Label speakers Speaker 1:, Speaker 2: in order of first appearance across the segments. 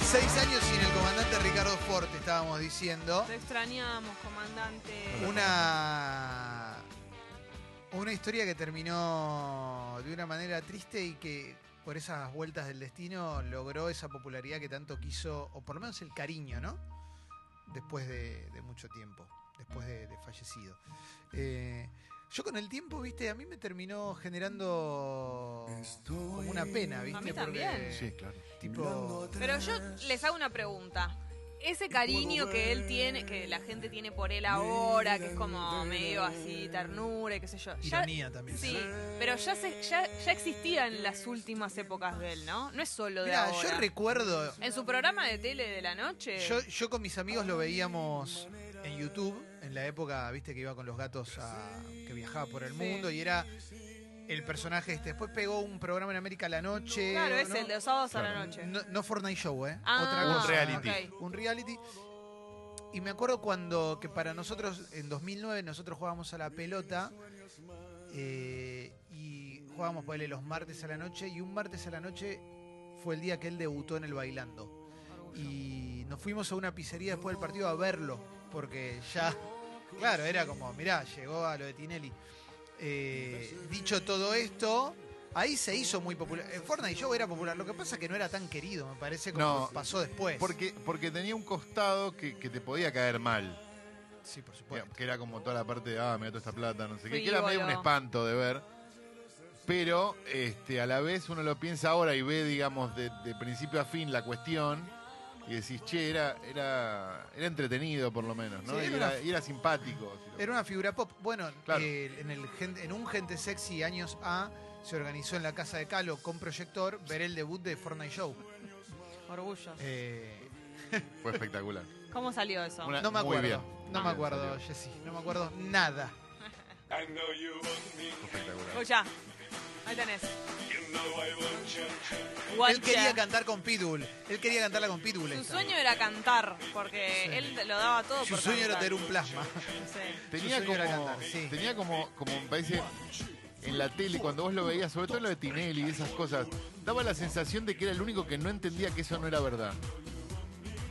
Speaker 1: 16 años sin el comandante Ricardo Forte, estábamos diciendo.
Speaker 2: Te extrañamos, comandante.
Speaker 1: Una. Una historia que terminó de una manera triste y que por esas vueltas del destino logró esa popularidad que tanto quiso, o por lo menos el cariño, ¿no? Después de, de mucho tiempo, después de, de fallecido. Eh, yo con el tiempo, viste, a mí me terminó generando como una pena, viste,
Speaker 2: A mí también.
Speaker 3: Sí, claro.
Speaker 1: tipo,
Speaker 2: Pero yo les hago una pregunta. Ese cariño que él tiene, que la gente tiene por él ahora, que es como medio así ternura y qué sé yo. Ya-
Speaker 1: ironía también.
Speaker 2: sí, pero ya, se, ya,
Speaker 1: "Eh".
Speaker 2: ya existía en las últimas épocas de él, ¿no? No es solo de
Speaker 1: Mirá,
Speaker 2: ahora.
Speaker 1: yo recuerdo,
Speaker 2: en su programa de tele de la noche.
Speaker 1: yo, eh, yo con mis amigos lo veíamos en YouTube, en la época, viste, que iba con los gatos a- que viajaba por el
Speaker 2: Sí.
Speaker 1: mundo y era el personaje este. Después pegó un programa en América a la noche.
Speaker 2: claro, es
Speaker 1: ¿no?
Speaker 2: el de los sábados a la
Speaker 3: Claro.
Speaker 2: noche.
Speaker 1: No, no Fortnite Show, ¿eh?
Speaker 2: Ah,
Speaker 3: Un reality.
Speaker 2: ok.
Speaker 1: Un reality. Y me acuerdo cuando, que para nosotros, en 2009, nosotros jugábamos a la pelota eh, y jugábamos, ponele, los martes a la noche y un martes a la noche fue el día que él debutó en el Bailando. Y nos fuimos a una pizzería después del partido a verlo, porque ya, claro, era como, mirá, llegó a lo de Tinelli. Eh, dicho todo esto, ahí se hizo muy popular. Eh, Fortnite Show era popular, lo que pasa es que no era tan querido, me parece, como
Speaker 3: No,
Speaker 1: pasó después.
Speaker 3: Porque, porque tenía un costado que, que te podía caer mal.
Speaker 1: Sí, por supuesto.
Speaker 3: Bueno, Que era como toda la parte de, ah, mira toda esta plata, no sé qué. Que era
Speaker 2: Frívolo.
Speaker 3: medio un espanto de ver. Pero este, a la vez uno lo piensa ahora y ve, digamos, de, de principio a fin la cuestión. Y decís, che, era, era, era entretenido por lo menos, ¿no?
Speaker 1: Sí,
Speaker 3: y,
Speaker 1: era
Speaker 3: era,
Speaker 1: una-
Speaker 3: y era simpático. si lo-
Speaker 1: Era una figura pop. Bueno,
Speaker 3: Claro.
Speaker 1: eh, en, el gen- en un Gente Sexy años A se organizó en la casa de Calo con proyector ver el debut de Fortnite Show.
Speaker 2: Orgullo.
Speaker 1: Eh,
Speaker 3: Fue espectacular.
Speaker 2: ¿Cómo salió eso?
Speaker 3: Una-
Speaker 1: no me
Speaker 3: muy
Speaker 1: acuerdo.
Speaker 3: bien.
Speaker 1: No me
Speaker 3: Muy bien,
Speaker 1: acuerdo,
Speaker 3: salió.
Speaker 1: Jessy. No me acuerdo nada.
Speaker 4: I know you want me,
Speaker 3: Fue espectacular.
Speaker 2: Escucha, ahí tenés.
Speaker 4: you know I want you.
Speaker 1: Él quería
Speaker 2: Guancha.
Speaker 1: cantar con Pitbull. Él quería cantarla con Pitbull.
Speaker 2: Su
Speaker 1: esta.
Speaker 2: sueño era cantar, porque
Speaker 1: Sí.
Speaker 2: él lo daba todo
Speaker 1: Su
Speaker 2: por
Speaker 1: sueño era
Speaker 2: cantar.
Speaker 1: tener un plasma.
Speaker 2: Sí.
Speaker 3: Tenía
Speaker 1: Su sueño
Speaker 3: como,
Speaker 1: era cantar, sí.
Speaker 3: tenía como, como me parece, en la tele, cuando vos lo veías, sobre todo lo de Tinelli y esas cosas, daba la sensación de que era el único que no entendía que eso no era verdad.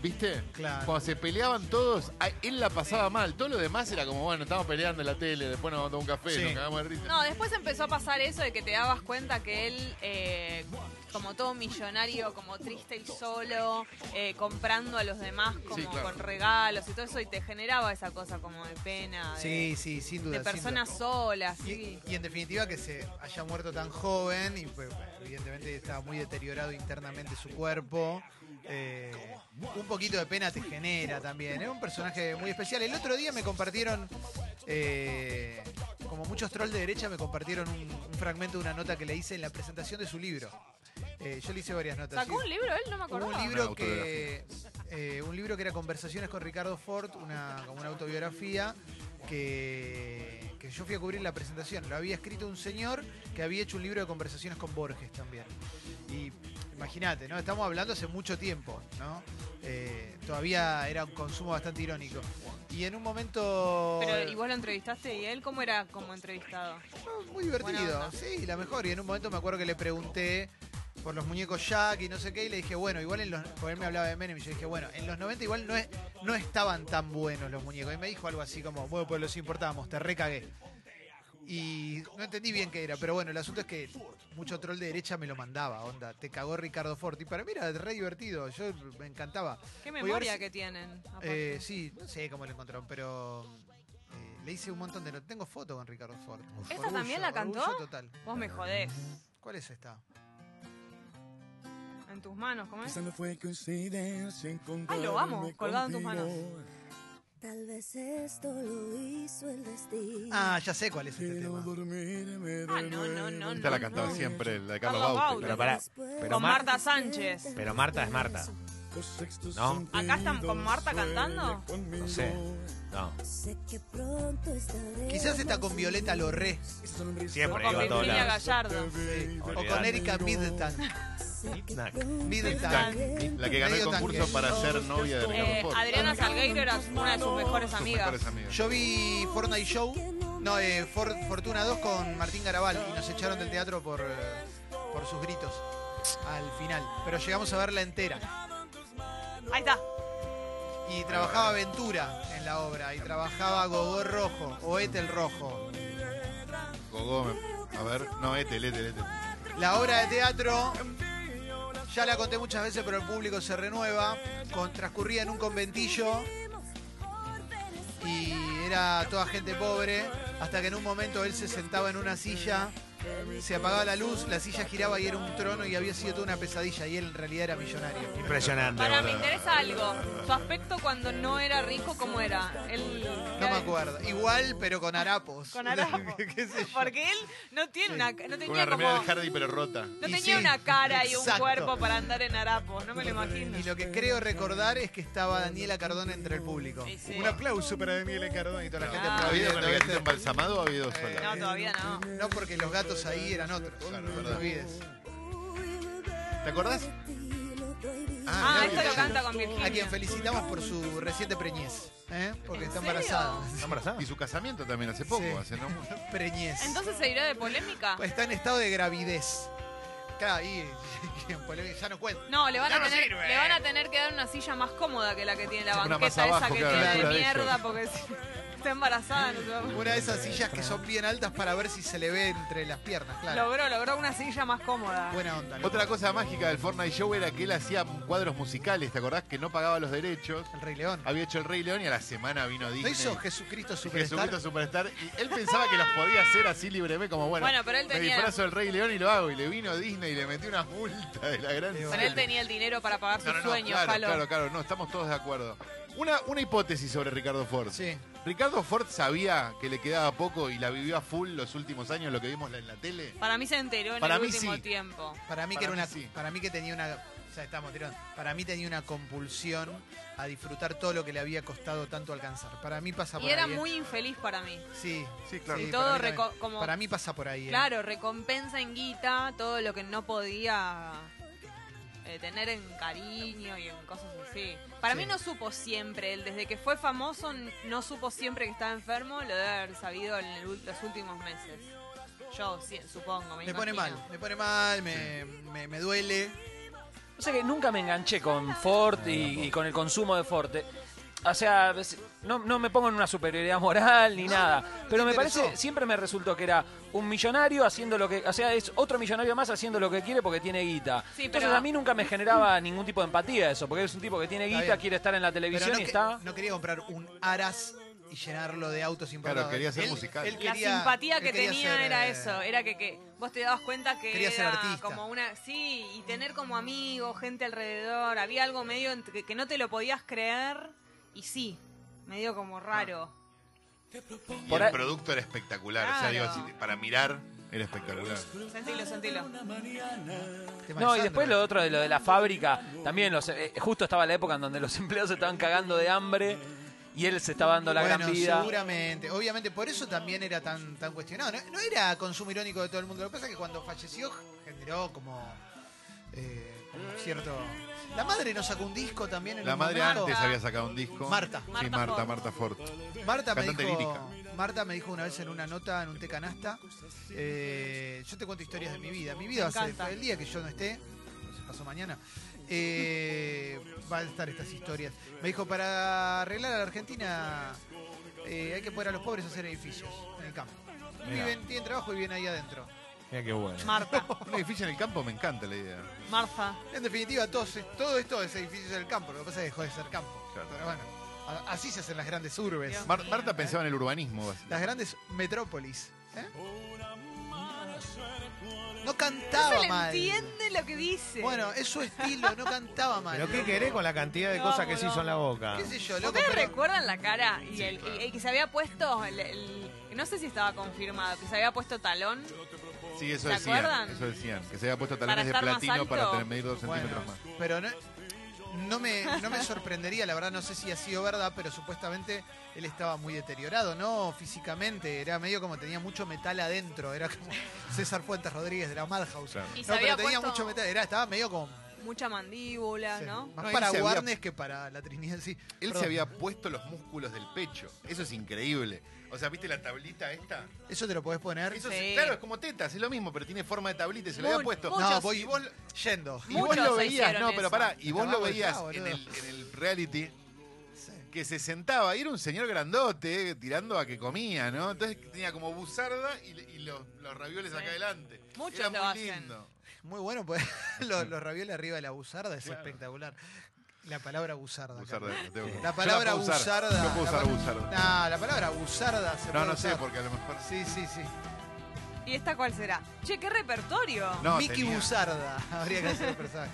Speaker 3: ¿Viste?
Speaker 1: Claro.
Speaker 3: Cuando se peleaban todos, a- él la pasaba mal. Todo lo demás era como, bueno, estamos peleando en la tele, después nos vamos a tomar un café,
Speaker 1: Sí.
Speaker 3: nos cagamos de risa.
Speaker 2: No, después empezó a pasar eso de que te dabas cuenta que él, eh, como todo millonario, como triste y solo, eh, comprando a los demás como
Speaker 3: Sí, claro.
Speaker 2: con regalos y todo eso, y te generaba esa cosa como de pena, de,
Speaker 1: Sí, sí, sin duda.
Speaker 2: eh, de
Speaker 1: sin
Speaker 2: personas
Speaker 1: duda.
Speaker 2: solas.
Speaker 1: Y,
Speaker 2: Sí.
Speaker 1: y en definitiva que se haya muerto tan joven y pues, bueno, evidentemente estaba muy deteriorado internamente su cuerpo. Eh, un poquito de pena te genera también. Es un personaje muy especial. El otro día me compartieron, eh, como muchos trolls de derecha, me compartieron un, un fragmento de una nota que le hice en la presentación de su libro. Eh, yo le hice varias notas.
Speaker 2: ¿Sacó
Speaker 1: ¿sí?
Speaker 2: un libro él? No me
Speaker 1: Hubo
Speaker 2: acordaba.
Speaker 1: un
Speaker 3: Una
Speaker 1: libro que eh, un libro que era Conversaciones con Ricardo Ford, una, como una autobiografía que, que yo fui a cubrir la presentación. Lo había escrito un señor que había hecho un libro de conversaciones con Borges también. Y imagínate, ¿no? Estamos hablando hace mucho tiempo, ¿no? Eh, todavía era un consumo bastante irónico. Y en un momento
Speaker 2: Pero, ¿y vos lo entrevistaste y él cómo era como entrevistado?
Speaker 1: Ah, muy divertido,
Speaker 2: Buena onda.
Speaker 1: sí, la mejor. Y en un momento me acuerdo que le pregunté por los muñecos Jack y no sé qué, y le dije, bueno, igual en los. Porque él me hablaba de Menem, y yo dije, bueno, en los 90 igual no, es, no estaban tan buenos los muñecos. Y me dijo algo así como, bueno, pues los importamos, te recagué. Y no entendí bien qué era, pero bueno, el asunto es que mucho troll de derecha me lo mandaba, onda, te cagó Ricardo Forti. Para mí era re divertido, yo me encantaba.
Speaker 2: ¿Qué
Speaker 1: Voy a ver
Speaker 2: memoria
Speaker 1: si-
Speaker 2: que tienen? aparte?
Speaker 1: Eh, sí, no sé cómo lo encontraron, pero eh, le hice un montón de... no- Tengo foto con Ricardo Ford.
Speaker 2: ¿Esta también la cantó?
Speaker 1: orgullo total.
Speaker 2: Vos me jodés.
Speaker 1: ¿Cuál es esta?
Speaker 2: En tus manos, ¿cómo es?
Speaker 5: Esa no fue coincidencia
Speaker 2: Ay, lo amo, colgado en tus manos.
Speaker 6: Tal vez esto lo hizo el destino.
Speaker 1: Ah, ya sé cuál es este
Speaker 5: Quiero
Speaker 1: tema.
Speaker 5: dormirme de
Speaker 2: Ah, no, no,
Speaker 5: nuevo.
Speaker 2: no,
Speaker 3: Esta la
Speaker 2: no,
Speaker 3: cantaba
Speaker 2: no.
Speaker 3: siempre, él, la de
Speaker 2: Carlos
Speaker 3: Carlos
Speaker 2: Baute.
Speaker 3: Baute.
Speaker 7: Pero pará, pero Mar-
Speaker 2: Con Marta Sánchez.
Speaker 7: Pero Marta es Marta. No.
Speaker 2: ¿Acá están con Marta
Speaker 5: Sueña
Speaker 2: cantando?
Speaker 5: conmigo.
Speaker 7: No sé. No,
Speaker 6: Sé que pronto estaré.
Speaker 1: Quizás está con Violeta Lorré
Speaker 5: Y sonrisa
Speaker 7: Siempre,
Speaker 2: Con
Speaker 7: iba a todos
Speaker 2: Virginia
Speaker 7: lados.
Speaker 2: Gallardo.
Speaker 1: sí, o con
Speaker 7: Olvidate.
Speaker 1: Erika Middleton. Middleton.
Speaker 3: La que ganó el
Speaker 1: Medio
Speaker 3: concurso
Speaker 1: tanque.
Speaker 3: para ser novia de Ricardo
Speaker 2: Eh,
Speaker 3: Ford.
Speaker 2: Adriana Salgueiro era una de sus mejores
Speaker 3: Sus
Speaker 2: amigas.
Speaker 3: mejores amigas.
Speaker 1: Yo vi Fortnite Show, no, eh, For- Fortuna 2 con Martín Garabal y nos echaron del teatro por, eh, por sus gritos al final. Pero llegamos a verla entera.
Speaker 2: Ahí está.
Speaker 1: Y trabajaba Ventura en la obra, y trabajaba Gogó Rojo, o Etel Rojo.
Speaker 3: Gogó, me- a ver, no, este, Etel, Etel, Etel.
Speaker 1: La obra de teatro, ya la conté muchas veces, pero el público se renueva, con- transcurría en un conventillo y era toda gente pobre, hasta que en un momento él se sentaba en una silla, se apagaba la luz, la silla giraba y era un trono y había sido toda una pesadilla y él en realidad era millonario.
Speaker 8: Impresionante.
Speaker 2: Para, me
Speaker 8: boludo.
Speaker 2: interesa algo. Su aspecto cuando no era rico, ¿cómo era? Él,
Speaker 1: No me acuerdo. Igual, pero con harapos.
Speaker 2: Con harapo.
Speaker 1: ¿Qué sé yo?
Speaker 2: Porque él no, tiene una, no
Speaker 3: Con una
Speaker 2: tenía
Speaker 3: remera
Speaker 2: como...
Speaker 3: del Hardy, pero rota.
Speaker 2: No
Speaker 1: Y
Speaker 2: tenía
Speaker 1: sí,
Speaker 2: una cara y un
Speaker 1: exacto.
Speaker 2: cuerpo para andar en harapos, no me lo imagino.
Speaker 1: Y lo que creo recordar es que estaba Daniela Cardona entre el público.
Speaker 2: Sí, sí.
Speaker 1: aplauso para Daniela Cardona y toda la
Speaker 2: Ah.
Speaker 3: ¿Ha habido con el
Speaker 1: aplaudiendo.
Speaker 3: gatito embalsamado o ha habido sola?
Speaker 2: Eh, No, todavía no.
Speaker 1: No, porque los gatos ahí eran otros.
Speaker 3: Claro,
Speaker 1: no te
Speaker 3: verdad.
Speaker 1: olvides.
Speaker 3: ¿Te acordás?
Speaker 2: Ah,
Speaker 3: mirá,
Speaker 2: esto lo
Speaker 3: mirá.
Speaker 2: canta con
Speaker 1: A quien
Speaker 2: Virginia.
Speaker 1: felicitamos por su reciente preñez. ¿eh? Porque
Speaker 2: ¿En
Speaker 1: está
Speaker 2: serio?
Speaker 1: embarazada.
Speaker 8: ¿Está embarazada?
Speaker 3: Y su casamiento también hace poco,
Speaker 1: Sí.
Speaker 3: hace no mucho.
Speaker 1: Preñez.
Speaker 2: Entonces se irá de polémica.
Speaker 1: pues Está en estado de gravidez. Claro, y pues, ya no cuenta.
Speaker 2: No, le van,
Speaker 1: Ya
Speaker 2: a
Speaker 1: no
Speaker 2: tener,
Speaker 1: sirve.
Speaker 2: le van a tener que dar una silla más cómoda que la que tiene la
Speaker 3: Una más
Speaker 2: banqueta esa
Speaker 3: abajo,
Speaker 2: que
Speaker 3: claro,
Speaker 1: la
Speaker 2: tiene de
Speaker 3: altura de
Speaker 2: mierda,
Speaker 3: ellos.
Speaker 2: porque si está embarazada no se va a poder.
Speaker 1: Una de esas sillas que son bien altas para ver si se le ve entre las piernas, claro.
Speaker 2: Logró, logró una silla más cómoda.
Speaker 1: Buena onda. loco.
Speaker 3: Otra cosa mágica del Fortnite Show era que él hacía cuadros musicales, ¿te acordás? Que no pagaba los derechos.
Speaker 1: El Rey León.
Speaker 3: Había hecho El Rey León y a la semana vino
Speaker 1: ¿No
Speaker 3: Disney.
Speaker 1: hizo Jesucristo Superstar?
Speaker 3: Jesucristo Superstar. Y él pensaba que los podía hacer así libremente, como bueno.
Speaker 2: Bueno, pero él
Speaker 3: Me
Speaker 2: tenía-
Speaker 3: disfrazo del Rey León y lo hago. Y le vino Disney y le metió una multa de la gran.
Speaker 1: Pero
Speaker 2: Pero él
Speaker 3: sala.
Speaker 2: tenía el dinero para pagar sus
Speaker 3: No, no, no,
Speaker 2: sueños,
Speaker 3: claro,
Speaker 2: Jalo.
Speaker 3: claro, claro, no, estamos todos de acuerdo. Una, una hipótesis sobre Ricardo Ford.
Speaker 1: Sí.
Speaker 3: Ricardo Ford sabía que le quedaba poco y la vivió a full los últimos años, lo que vimos en la tele.
Speaker 2: Para mí se enteró en
Speaker 3: Para
Speaker 2: el
Speaker 3: mí
Speaker 2: último
Speaker 3: sí.
Speaker 2: tiempo.
Speaker 1: Para mí que
Speaker 3: Para
Speaker 1: era
Speaker 3: mí
Speaker 1: una,
Speaker 3: sí.
Speaker 1: para mí que tenía una, o sea, estamos tirando. Para mí tenía una compulsión a disfrutar todo lo que le había costado tanto alcanzar. Para mí pasa por
Speaker 2: Y era
Speaker 1: ahí. ¿eh?
Speaker 2: muy infeliz para mí.
Speaker 1: sí,
Speaker 3: Sí, claro.
Speaker 1: sí,
Speaker 2: todo
Speaker 1: para mí también.
Speaker 2: reco- como-
Speaker 1: Para mí pasa por ahí. ¿eh?
Speaker 2: Claro, recompensa en guita todo lo que no podía eh, tener en cariño y en cosas así. Para
Speaker 1: Sí.
Speaker 2: mí no supo siempre, él desde que fue famoso n- no supo siempre que estaba enfermo, lo debe haber sabido en el ul- los últimos meses. Yo sí, supongo, me
Speaker 1: Me pone
Speaker 2: imagino.
Speaker 1: mal, me pone mal, me, me- me duele.
Speaker 9: O sea que nunca me enganché con Ford y, y con el consumo de Ford. Eh, O sea, es- no, no me pongo en una superioridad moral ni nada. Pero me
Speaker 1: interesó.
Speaker 9: parece, siempre me resultó que era un millonario haciendo lo que. O sea, es otro millonario más haciendo lo que quiere porque tiene guita.
Speaker 2: Sí,
Speaker 9: Entonces
Speaker 2: pero-
Speaker 9: a mí nunca me generaba ningún tipo de empatía eso, porque es un tipo que tiene
Speaker 1: Está
Speaker 9: guita,
Speaker 1: bien.
Speaker 9: quiere estar en la televisión
Speaker 1: Pero no,
Speaker 9: y
Speaker 1: que-
Speaker 9: está.
Speaker 1: no quería comprar un Aras y llenarlo de autos importados.
Speaker 3: Claro, quería ser
Speaker 1: Él-
Speaker 3: musical.
Speaker 1: él
Speaker 2: La
Speaker 1: quería-
Speaker 2: simpatía
Speaker 1: él
Speaker 2: que
Speaker 1: quería
Speaker 2: tenía
Speaker 1: ser,
Speaker 2: era
Speaker 1: eh,
Speaker 2: eso, era que, que vos te dabas cuenta que
Speaker 1: Quería ser
Speaker 2: era
Speaker 1: artista.
Speaker 2: como una... Sí, y tener como amigos, gente alrededor, había algo medio entre- que, que no te lo podías creer y sí, medio como raro.
Speaker 3: Y
Speaker 9: Por
Speaker 3: el
Speaker 9: ahí-
Speaker 3: producto era espectacular. O sea,
Speaker 2: Claro.
Speaker 3: digo, si- para mirar era espectacular.
Speaker 1: Ah.
Speaker 2: Sentilo, sentilo.
Speaker 1: tema de
Speaker 9: No, y
Speaker 1: Sandro.
Speaker 9: después lo otro de lo de la fábrica, también los, eh, justo estaba la época en donde los empleados se estaban cagando de hambre y él se estaba dando la
Speaker 1: bueno,
Speaker 9: gran vida.
Speaker 1: seguramente. Obviamente, por eso también era tan, tan cuestionado. No, no era consumo irónico de todo el mundo. Lo que pasa es que cuando falleció generó como, eh, como cierto... La madre nos sacó un disco también en
Speaker 3: La
Speaker 1: un
Speaker 3: madre
Speaker 1: momento.
Speaker 3: antes había sacado un disco.
Speaker 1: Marta.
Speaker 3: Sí,
Speaker 2: Marta
Speaker 3: Marta,
Speaker 2: Ford.
Speaker 3: Marta Ford.
Speaker 1: Marta me,
Speaker 3: Cantante
Speaker 1: dijo,
Speaker 3: lírica.
Speaker 1: Marta me dijo una vez en una nota, en un té canasta, eh, yo te cuento historias de mi vida. Mi vida va
Speaker 2: Me
Speaker 1: a ser
Speaker 2: encanta.
Speaker 1: el día que yo no esté, pasó mañana, eh, va a estar estas historias. Me dijo, para arreglar a la Argentina eh, hay que poner a los pobres a hacer edificios en el campo.
Speaker 8: Mirá.
Speaker 1: Viven, tienen trabajo y viven ahí adentro.
Speaker 8: Mira qué bueno.
Speaker 2: Marta,
Speaker 3: Un edificio en el campo me encanta la idea.
Speaker 2: Marta.
Speaker 1: En definitiva, todos, todo esto es edificios del campo. Lo que pasa es que dejó de ser campo.
Speaker 3: Claro.
Speaker 1: Pero bueno, a- así se hacen las grandes urbes.
Speaker 2: Dios.
Speaker 3: Mar- Marta pensaba en el urbanismo,
Speaker 1: las
Speaker 3: básicamente.
Speaker 1: grandes metrópolis. ¿eh? No cantaba
Speaker 2: le
Speaker 1: mal.
Speaker 2: entiende lo que dice.
Speaker 1: Bueno, es su estilo, no cantaba mal.
Speaker 8: Pero qué querés con la cantidad de
Speaker 2: No,
Speaker 8: cosas que se
Speaker 2: boludo.
Speaker 8: hizo en la boca.
Speaker 1: ¿Qué sé yo, loco?
Speaker 2: ¿Ustedes
Speaker 1: pero-
Speaker 2: recuerdan la cara y el, y- y que se había puesto, el- el- no sé si estaba confirmado, que se había puesto talón?
Speaker 3: Sí, eso
Speaker 2: ¿Se
Speaker 3: decían.
Speaker 2: acuerdan?
Speaker 3: Eso decían. Que se había puesto
Speaker 2: Para
Speaker 3: talones de
Speaker 2: estar más
Speaker 3: platino
Speaker 2: alto.
Speaker 3: para tener, medir dos
Speaker 1: Bueno,
Speaker 3: centímetros más.
Speaker 1: pero no, no me, no me sorprendería, la verdad, no sé si ha sido verdad, pero supuestamente él estaba muy deteriorado, ¿no? Físicamente, era medio como tenía mucho metal adentro, era como César Fuentes Rodríguez de la Madhouse.
Speaker 3: Claro.
Speaker 2: Y se
Speaker 1: No, pero
Speaker 2: había
Speaker 1: tenía
Speaker 2: puesto-
Speaker 1: mucho metal, era, estaba medio como
Speaker 2: mucha mandíbula,
Speaker 1: Sí.
Speaker 2: ¿no?
Speaker 1: Más
Speaker 3: No, él
Speaker 1: para
Speaker 3: se había-
Speaker 1: Warnes que para la Trinidad en sí.
Speaker 3: Él
Speaker 1: Perdón.
Speaker 3: se había puesto los músculos del pecho. Eso es increíble. O sea, ¿viste la tablita esta?
Speaker 1: Eso te lo podés poner.
Speaker 3: Eso
Speaker 2: Sí.
Speaker 3: es, claro, es como tetas, es lo mismo, pero tiene forma de tablita y se lo había
Speaker 2: Mu-
Speaker 3: puesto.
Speaker 2: muchos.
Speaker 1: No, voy-
Speaker 3: y vos,
Speaker 1: Yendo.
Speaker 3: y vos
Speaker 2: Muchos
Speaker 3: lo veías,
Speaker 2: hicieron
Speaker 3: no, pero
Speaker 2: eso.
Speaker 3: pará, y vos
Speaker 1: Hasta
Speaker 3: lo
Speaker 1: abajo
Speaker 3: veías
Speaker 1: está, boludo.
Speaker 3: en el, en el reality
Speaker 1: Sí.
Speaker 3: que se sentaba y era un señor grandote eh, tirando a que comía, ¿no? Entonces tenía como buzarda y, y los, los ravioles
Speaker 2: Sí.
Speaker 3: acá adelante.
Speaker 2: Muchos
Speaker 3: era
Speaker 2: lo
Speaker 3: muy
Speaker 2: hacen.
Speaker 3: lindo.
Speaker 1: Muy bueno, pues los, los ravioles arriba de la buzarda es espectacular. La palabra buzarda.
Speaker 3: Buzarda,
Speaker 1: Carlos.
Speaker 3: lo tengo. Yo
Speaker 1: La palabra
Speaker 3: puedo usar,
Speaker 1: buzarda.
Speaker 3: Yo puedo
Speaker 1: la
Speaker 3: usar
Speaker 1: pa-
Speaker 3: buzarda.
Speaker 1: Nah, la palabra buzarda se
Speaker 3: No,
Speaker 1: puede
Speaker 3: no sé,
Speaker 1: usar.
Speaker 3: porque a lo mejor sí.
Speaker 1: Sí, sí, sí.
Speaker 2: ¿Y esta cuál será? Che, qué repertorio.
Speaker 3: No,
Speaker 1: Mickey
Speaker 3: tenía-
Speaker 1: Buzarda habría que hacer el personaje.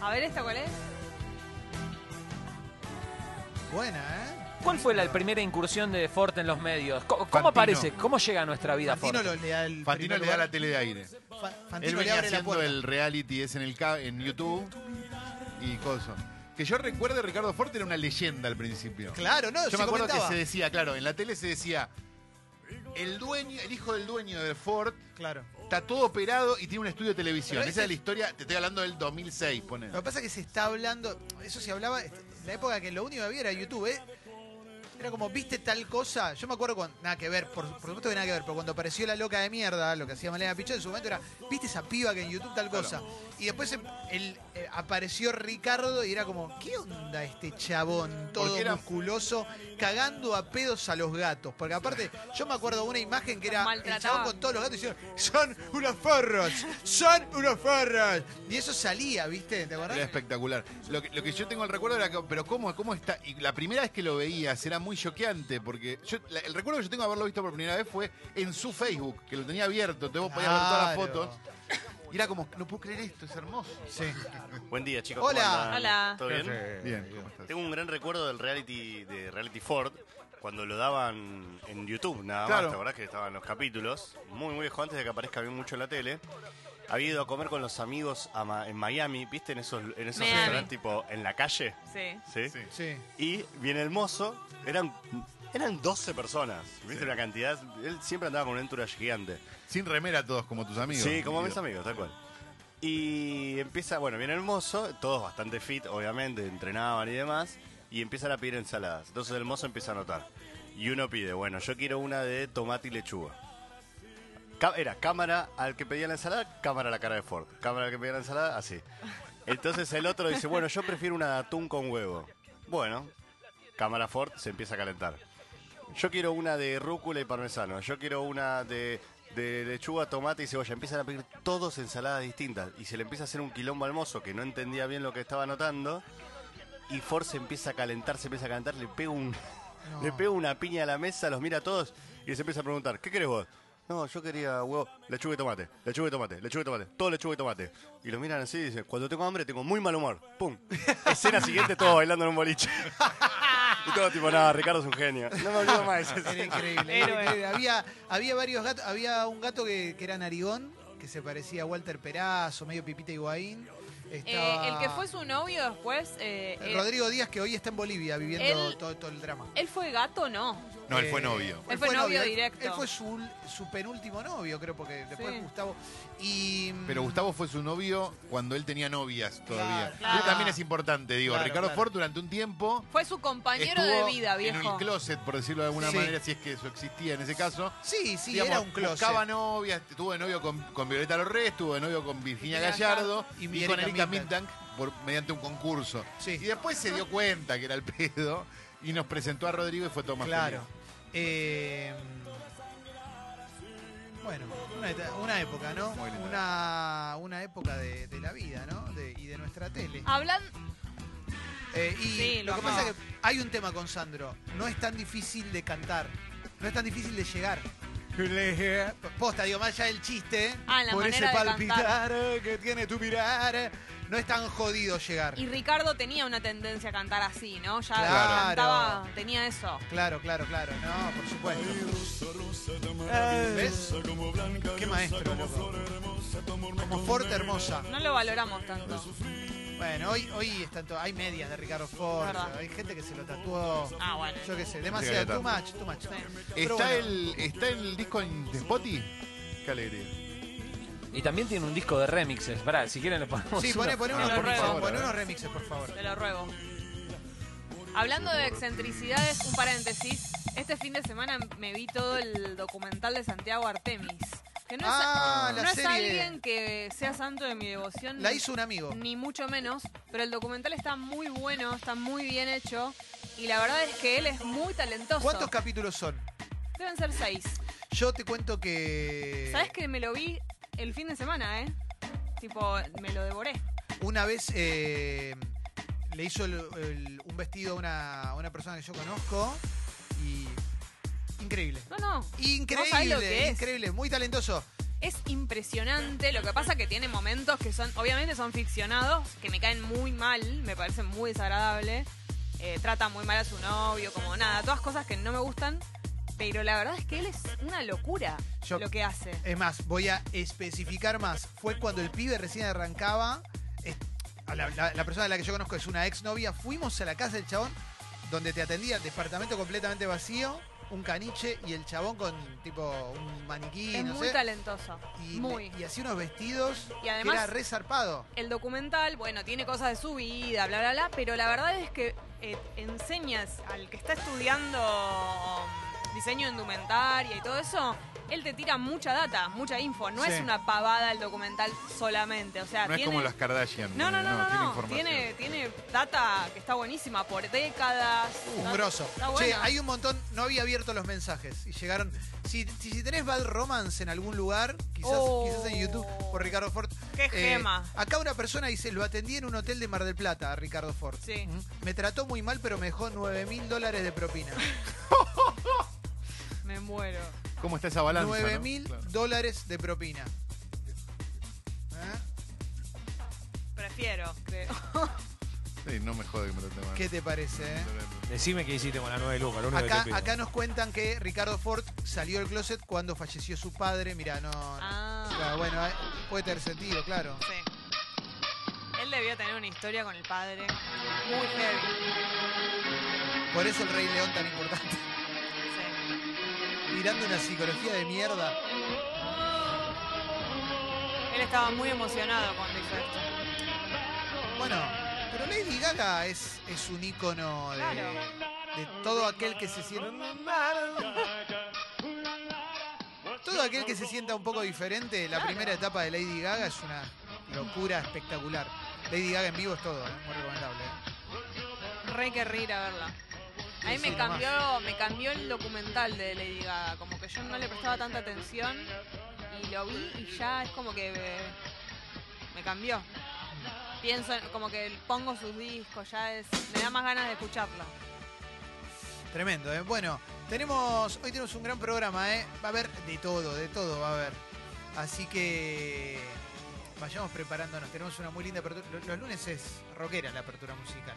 Speaker 2: A ver, ¿esta cuál es?
Speaker 1: Buena, ¿eh?
Speaker 9: ¿Cuál fue la primera incursión de Ford en los medios? Co- ¿Cómo,
Speaker 3: Fantino.
Speaker 9: aparece? ¿Cómo llega a nuestra vida
Speaker 1: Fantino
Speaker 9: Ford?
Speaker 1: lo le da el
Speaker 3: Fantino
Speaker 1: primer
Speaker 3: le da la
Speaker 1: lugar.
Speaker 3: tele de aire.
Speaker 1: Fa-
Speaker 3: Él
Speaker 1: Fantino le
Speaker 3: venía
Speaker 1: abre la
Speaker 3: haciendo
Speaker 1: puerta.
Speaker 3: el reality es en el ca- en YouTube y coso. Que yo recuerde Ricardo Forte era una leyenda al principio.
Speaker 1: Claro, no,
Speaker 3: yo
Speaker 1: se
Speaker 3: me acuerdo
Speaker 1: comentaba.
Speaker 3: que se decía, claro, en la tele se decía el dueño, el hijo del dueño de Ford
Speaker 1: Claro.
Speaker 3: está todo operado y tiene un estudio de televisión.
Speaker 1: Pero
Speaker 3: Esa
Speaker 1: ese-
Speaker 3: es la historia, te estoy hablando del 2006, poner.
Speaker 1: Lo que pasa es que se está hablando, eso se hablaba, este, la época que lo único que había era YouTube, ¿eh? Era como, ¿viste tal cosa? Yo me acuerdo cuando, nada que ver, por, por supuesto que nada que ver, pero cuando apareció la loca de mierda, lo que hacía Malena Pichón en su momento era, ¿viste esa piba que en YouTube tal cosa? Y después em- el- eh, apareció Ricardo y era como, ¿qué onda este chabón todo
Speaker 3: Porque era-
Speaker 1: musculoso cagando a pedos a los gatos? Porque aparte, yo me acuerdo una imagen que era el
Speaker 2: Maltrataba.
Speaker 1: chabón con todos los gatos y decían, son unos forros, son unos forros. Y eso salía, ¿viste? ¿Te acordás?
Speaker 3: Era espectacular. Lo que, lo que yo tengo el recuerdo era, que- pero ¿cómo, cómo está? Y la primera vez que lo veías era muy choqueante, porque yo- la- el recuerdo que yo tengo de haberlo visto por primera vez fue en su Facebook, que lo tenía abierto, te vos podías ver todas las
Speaker 1: Claro.
Speaker 3: fotos. Y era como, no puedo creer esto, es hermoso.
Speaker 1: Sí.
Speaker 10: Buen día, chicos.
Speaker 1: Hola.
Speaker 10: ¿Cómo andan?
Speaker 2: Hola.
Speaker 10: ¿Todo bien?
Speaker 3: Bien, ¿cómo estás?
Speaker 10: Tengo un gran recuerdo del reality de Reality Ford cuando lo daban en YouTube, nada
Speaker 3: Claro.
Speaker 10: más, la verdad que estaban los capítulos, muy muy viejo antes de que aparezca bien mucho en la tele. Había ido a comer con los amigos a Ma- en Miami, ¿viste? En esos en esos
Speaker 2: Miami.
Speaker 10: restaurantes tipo en la calle,
Speaker 2: Sí.
Speaker 10: ¿sí?
Speaker 3: Sí.
Speaker 1: Sí.
Speaker 10: Y viene el mozo, eran eran 12 personas, ¿viste? Una cantidad, él siempre andaba con una entourage gigante.
Speaker 3: Sin remera todos como tus amigos.
Speaker 10: Sí, como mis amigos, tal cual. Y empieza, bueno, viene el mozo, todos bastante fit, obviamente, entrenaban y demás, y empiezan a pedir ensaladas. Entonces el mozo empieza a anotar. Y uno pide, bueno, yo quiero una de tomate y lechuga. Ca- Era cámara al que pedía la ensalada, cámara a la cara de Ford. Cámara al que pedía la ensalada, así. Entonces el otro dice, bueno, yo prefiero una de atún con huevo. Bueno, cámara Ford se empieza a calentar. Yo quiero una de rúcula y parmesano. Yo quiero una de, de lechuga, tomate y cebolla. Empiezan a pedir todos ensaladas distintas. Y se le empieza a hacer un quilombo al mozo que no entendía bien lo que estaba anotando. Y Ford se empieza a calentar, se empieza a calentar, le pega un,
Speaker 1: No.
Speaker 10: le pega una piña a la mesa, los mira a todos y se empieza a preguntar, ¿qué querés vos? No, yo quería huevo, lechuga y tomate, lechuga y tomate, lechuga y tomate, todo lechuga y tomate. Y lo miran así y dicen, cuando tengo hambre tengo muy mal humor. ¡Pum! Escena siguiente, todos bailando en un boliche. y todo tipo, nada, Ricardo es un genio. No me olvido más de esa
Speaker 1: Era
Speaker 10: escena.
Speaker 1: increíble. era increíble. Había, había varios gatos. Había un gato que, que era narigón, que se parecía a Walter Perazo, medio Pipita Higuaín. Estaba-
Speaker 2: Eh, el que fue su novio después. eh, era-
Speaker 1: Rodrigo Díaz, que hoy está en Bolivia viviendo
Speaker 2: Él-
Speaker 1: todo, todo el drama.
Speaker 2: ¿Él fue gato no?
Speaker 3: No, él fue
Speaker 1: Eh,
Speaker 3: novio.
Speaker 2: Él fue novio
Speaker 1: él-
Speaker 2: directo.
Speaker 1: Él fue su, ul- su penúltimo novio, creo, porque después
Speaker 2: Sí.
Speaker 1: Gustavo. Y, mm,
Speaker 3: Pero Gustavo fue su novio cuando él tenía novias todavía.
Speaker 1: Claro, claro.
Speaker 3: Eso también es importante, digo.
Speaker 1: Claro,
Speaker 3: Ricardo
Speaker 1: claro.
Speaker 3: Ford durante un tiempo
Speaker 2: Fue su compañero
Speaker 3: estuvo
Speaker 2: de vida,
Speaker 3: en un
Speaker 2: viejo.
Speaker 3: closet, por decirlo de alguna
Speaker 1: Sí.
Speaker 3: manera, si es que eso existía en ese caso.
Speaker 1: Sí, sí,
Speaker 3: Digamos,
Speaker 1: era un closet.
Speaker 3: Buscaba novias, estuvo de novio con, con Violeta Lorré, estuvo de novio con Virginia
Speaker 2: Virginia
Speaker 3: Gallardo
Speaker 1: Gallardo. Y
Speaker 3: y, con
Speaker 1: Erika
Speaker 3: Erika
Speaker 1: Mittank.
Speaker 3: Mittank por- mediante un concurso.
Speaker 1: Sí.
Speaker 3: Y después se dio cuenta que era el pedo y nos presentó a Rodrigo y fue Tomás.
Speaker 1: Claro. Eh, bueno, una, eta- una época, ¿no?
Speaker 3: Muy linda.
Speaker 1: Una, una época de, de la vida, ¿no? De- y de nuestra tele.
Speaker 2: Hablan.
Speaker 1: Eh, y
Speaker 2: Ah, Sí,
Speaker 1: lo
Speaker 2: lo
Speaker 1: que
Speaker 2: amo.
Speaker 1: pasa es que hay un tema con Sandro. No es tan difícil de cantar. No es tan difícil de llegar. Posta, digo, más allá del chiste.
Speaker 2: Ah, la
Speaker 1: por ese
Speaker 2: manera de
Speaker 1: palpitar que tiene tu mirar. No es tan jodido llegar.
Speaker 2: Y Ricardo tenía una tendencia a cantar así, ¿no? Ya
Speaker 1: Claro.
Speaker 2: cantaba, tenía eso.
Speaker 1: Claro, claro, claro. No, por supuesto. ¿Ves? Qué maestro, loco. Como Ford hermosa.
Speaker 2: No lo valoramos tanto.
Speaker 1: Bueno, hoy, hoy están to- hay medias de Ricardo Ford,
Speaker 2: Verdad.
Speaker 1: hay gente que se lo tatuó.
Speaker 2: Ah, bueno.
Speaker 1: Yo qué sé, demasiado, too much, too much.
Speaker 2: Sí.
Speaker 3: Está,
Speaker 1: Pero bueno.
Speaker 3: el, ¿Está el disco en Spotify? Qué alegría.
Speaker 9: Y también tiene un disco de remixes. Pará, si quieren le ponemos
Speaker 1: Sí, poné,
Speaker 9: uno.
Speaker 1: poné
Speaker 9: Ah,
Speaker 1: unos,
Speaker 9: por
Speaker 1: remixes,
Speaker 9: favor,
Speaker 1: poné
Speaker 9: a ver.
Speaker 1: unos remixes, por favor.
Speaker 2: Te lo ruego. Hablando de excentricidades, un paréntesis. Este fin de semana me vi todo el documental de Santiago Artemis. Que no es,
Speaker 1: Ah, la
Speaker 2: no es
Speaker 1: serie.
Speaker 2: alguien que sea santo de mi devoción.
Speaker 1: La
Speaker 2: ni-
Speaker 1: hizo un amigo.
Speaker 2: Ni mucho menos, pero el documental está muy bueno, está muy bien hecho. Y la verdad es que él es muy talentoso.
Speaker 1: ¿Cuántos capítulos son?
Speaker 2: Deben ser seis.
Speaker 1: Yo te cuento que
Speaker 2: ¿Sabes que me lo vi el fin de semana, eh? Tipo, me lo devoré.
Speaker 1: una vez eh, le hizo el- el- un vestido a una, a una persona que yo conozco y increíble.
Speaker 2: No, no.
Speaker 1: Increíble,
Speaker 2: sabés lo que es.
Speaker 1: increíble, muy talentoso.
Speaker 2: Es impresionante, lo que pasa que tiene momentos que son, obviamente son ficcionados, que me caen muy mal, me parecen muy desagradable, eh, trata muy mal a su novio, como nada, todas cosas que no me gustan, pero la verdad es que él es una locura
Speaker 1: Yo-
Speaker 2: lo que hace.
Speaker 1: Es más, voy a especificar más. Fue cuando el pibe recién arrancaba. es- a La, la- la persona de la que yo conozco es una exnovia. Fuimos a la casa del chabón, donde te atendía, departamento completamente vacío, un caniche y el chabón con tipo un maniquí,
Speaker 2: es
Speaker 1: no
Speaker 2: muy
Speaker 1: sé.
Speaker 2: talentoso,
Speaker 1: y,
Speaker 2: muy.
Speaker 1: y hacía unos vestidos
Speaker 2: Y además-
Speaker 1: que era re zarpado.
Speaker 2: el documental, bueno, tiene cosas de su vida, bla, bla, bla, pero la verdad es que eh, enseñas al que está estudiando mm, diseño de indumentaria y todo eso, él te tira mucha data, mucha info. No
Speaker 1: Sí.
Speaker 2: es una pavada el documental solamente, o sea,
Speaker 3: No es
Speaker 2: tiene...
Speaker 3: como las Kardashian.
Speaker 2: no, no,
Speaker 3: eh,
Speaker 2: no, no,
Speaker 3: tiene
Speaker 2: no,
Speaker 3: información.
Speaker 2: Tiene, tiene data que está buenísima por décadas.
Speaker 1: Un
Speaker 2: Está-
Speaker 1: Uh, grosso.
Speaker 2: Está
Speaker 1: Che,
Speaker 2: bueno.
Speaker 1: hay un montón, no había abierto los mensajes y llegaron. Si, si, si tenés Bad Romance en algún lugar, quizás,
Speaker 2: Oh.
Speaker 1: quizás en YouTube, por Ricardo Ford.
Speaker 2: Qué
Speaker 1: eh,
Speaker 2: gema.
Speaker 1: acá una persona dice, lo atendí en un hotel de Mar del Plata, a Ricardo Ford.
Speaker 2: Sí.
Speaker 1: Me trató muy mal, pero me dejó 9 mil dólares de propina.
Speaker 2: Me muero.
Speaker 3: ¿Cómo está esa balanza?
Speaker 1: 9
Speaker 3: no?
Speaker 1: mil
Speaker 3: Claro.
Speaker 1: dólares de propina. ¿Eh?
Speaker 2: Prefiero, creo.
Speaker 3: Sí, no me jode que me lo tengan.
Speaker 1: ¿Qué te parece? eh?
Speaker 8: Decime qué hiciste con la 9 lucas, lo único que te
Speaker 1: Acá,
Speaker 8: pido.
Speaker 1: acá nos cuentan que Ricardo Ford salió del closet cuando falleció su padre. Mirá, no.
Speaker 2: Ah,
Speaker 1: Claro, bueno, eh, puede tener sentido, claro.
Speaker 2: sí. Él debió tener una historia con el padre. Muy heavy.
Speaker 1: Por eso el Rey León tan importante. Mirando una psicología de mierda.
Speaker 2: Él estaba muy emocionado cuando hizo esto.
Speaker 1: Bueno, pero Lady Gaga es, es un ícono de,
Speaker 2: Claro.
Speaker 1: de todo aquel que se sienta. Todo aquel que se sienta un poco diferente, la primera etapa de Lady Gaga es una locura espectacular. Lady Gaga en vivo es todo, ¿eh? muy recomendable. ¿eh?
Speaker 2: Re que reír a verla. A mí
Speaker 1: Sí,
Speaker 2: me
Speaker 1: sí,
Speaker 2: cambió, me cambió el documental de Lady Gaga, como que yo no le prestaba tanta atención y lo vi y ya es como que eh, me, cambió. Pienso, en- como que pongo sus discos, ya es, me da más ganas de escucharla.
Speaker 1: Tremendo, ¿eh? Bueno, tenemos, hoy tenemos un gran programa, ¿eh? Va a haber de todo, de todo va a haber. Así que vayamos preparándonos. Tenemos una muy linda apertura. Los- Los lunes es rockera la apertura musical.